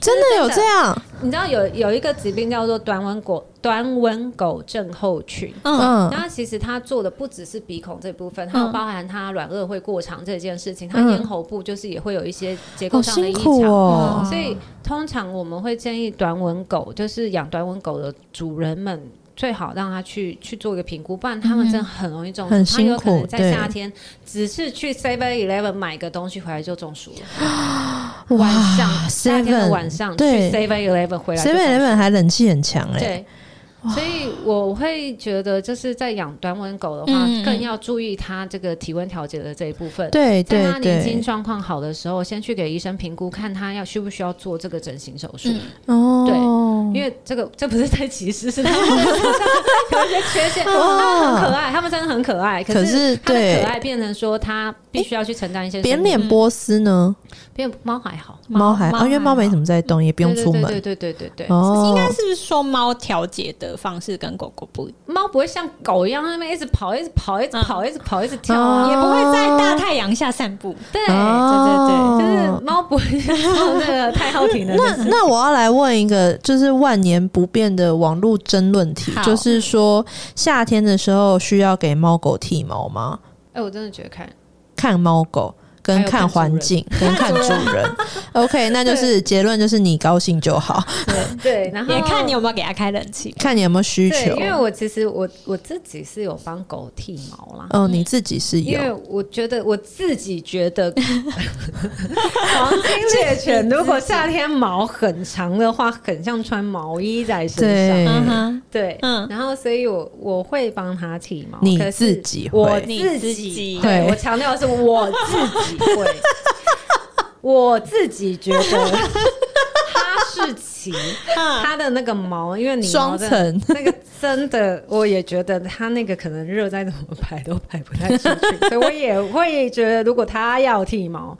真的有这样，你知道有有一个疾病叫做短吻狗短吻狗症候群，嗯嗯那其实它做的不只是鼻孔这部分，还有嗯包含它软腭会过长这件事情，它嗯咽喉部就是也会有一些结构好上的辛异苦常。哦，所以通常我们会建议短吻狗，就是养短吻狗的主人们。最好让它去去做一个评估，不然它们真的很容易中嗯暑。很它有可辛苦能在对夏天只是去 Seven Eleven 买个东西回来就中暑了。哇晚上夏天的 Seven，晚上去对 Seven Eleven 回来就随中暑便人本还冷气很强哎，啊对，所以我会觉得，就是在养短吻狗的话，嗯嗯嗯更要注意它这个体温调节的这一部分。对在对它年轻对，状况好的时候，先去给医生评估，看它要需不需要做这个整形手术，嗯哦，因为这个这不是在歧 [LAUGHS] 视，是它们身上有一些缺陷。它们很可爱，它们真的很可爱，可是是它的对可爱变成说它必须要去承担一些扁生脸命波斯呢，变猫还好，猫还啊，因为猫没么。怎么在动，也不用对出对门对对对对对，哦，应该是不是说猫调节的方式跟狗狗不一样，猫不会像狗一样那边一直跑，一直跑，一直嗯跑，一直跑，一直跳啊，哦也不会在大太阳下散步？对哦对对对，就是猫不会做那个太后庭的 [LAUGHS] 那事。那我要来问一个，就是万年不变的网络争论题，好就是说夏天的时候需要给猫狗剃毛吗？哎，我真的觉得看看猫狗。跟还有看看环 [LAUGHS] 境，跟看主人，OK，那就是结论就是你高兴就好， [LAUGHS] 对，然后也看你有没有给它开冷气。看你有没有需对，求因。为我其实我我自己是有帮狗剃毛啦。嗯，你自己是因有为我觉得我自己觉得， [LAUGHS] 黄金猎犬如果夏天毛很长的话，很像穿毛衣在身对上。嗯哼，对，嗯然后所以我我会帮它剃毛，你可是自己会我你自自己己对会我强调的是我自 [LAUGHS] 己会，我自己觉得哈士奇嗯它的那个毛，因为你双层，那个真的，我也觉得它那个可能热再怎么排都排不太出去，所以我也会觉得，如果它要剃毛，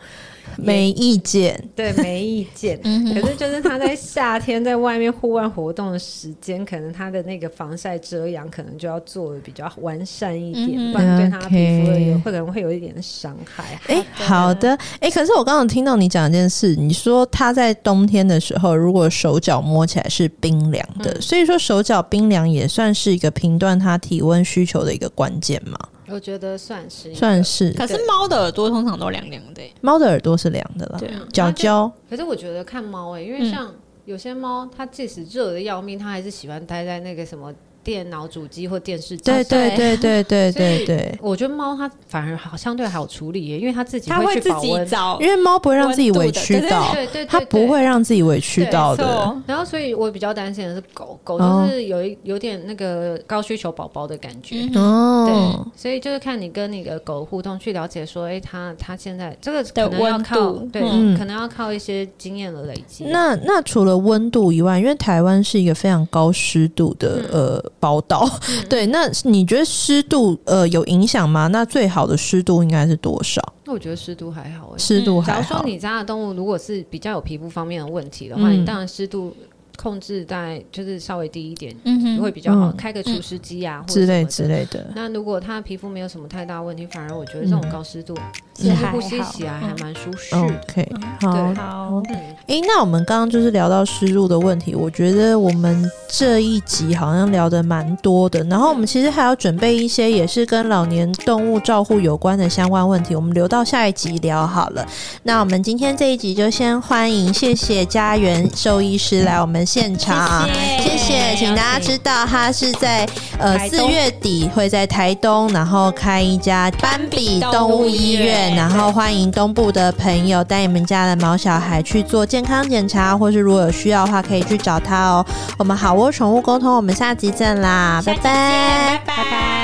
没意见，对，没意见。可是就是他在夏天在外面户外活动的时间，可能他的那个防晒遮阳可能就要做的比较完善一点，嗯哼不然对他皮肤 OK 有可能会有一点伤害。哎、好的，哎、可是我刚刚听到你讲一件事，你说它在冬天的时候，如果手脚摸起来是冰凉嗯的，所以说手脚冰凉也算是一个评断它体温需求的一个关键嘛？我觉得算是一个算是可是猫的耳朵通常都凉凉的、欸，猫的耳朵是凉的了，对嗯脚它就胶可是我觉得看猫哎、因为嗯像有些猫，它即使热的要命，它还是喜欢待在那个什么电脑主机或电视机。对对对对对对对对，我觉得猫它反而好相对好处理耶，因为它自己它会去自保己温。找因为猫不会让自己委屈到，对对对，它不会让自己委屈到对的。错然后，所以我比较担心的是狗，狗哦就是有一有点那个高需求宝宝的感觉。嗯哦，对，所以就是看你跟你的狗互动，去了解说，哎、它它现在这个的可能要温靠度对，嗯可能要靠一些经验的累积。那那除了温度以外，因为台湾是一个非常高湿度的、嗯呃宝岛， [LAUGHS] 对，那你觉得湿度呃有影响吗？那最好的湿度应该是多少？那我觉得湿度还好哎、湿度假还如说好，你家的动物如果是比较有皮肤方面的问题的话，嗯你当然湿度控制在就是稍微低一点、嗯哼会比较好，嗯开个除湿机啊、或者之类什之么的。类的。那如果它的皮肤没有什么太大问题，反而我觉得这种高湿度，是其实还呼吸好起来啊还嗯蛮舒适的。 OK，好嗯对。好，嗯，诶，那我们刚刚就是聊到湿入的问题，我觉得我们这一集好像聊的蛮多的。然后我们其实还要准备一些也是跟老年动物照护有关的相关问题，我们留到下一集聊好了。那我们今天这一集就先欢迎，谢谢家园兽医师来我们现场。谢谢，请大家知道他是在呃台四东月底会在台东，然后开一家斑比动动物物医医院，院然后欢迎东部的朋友带你们家的毛小孩去做健康检查，或是如果有需要的话可哦以去找他哦。我们好窝宠物沟通，我们下集见啦，下拜期见拜。拜拜。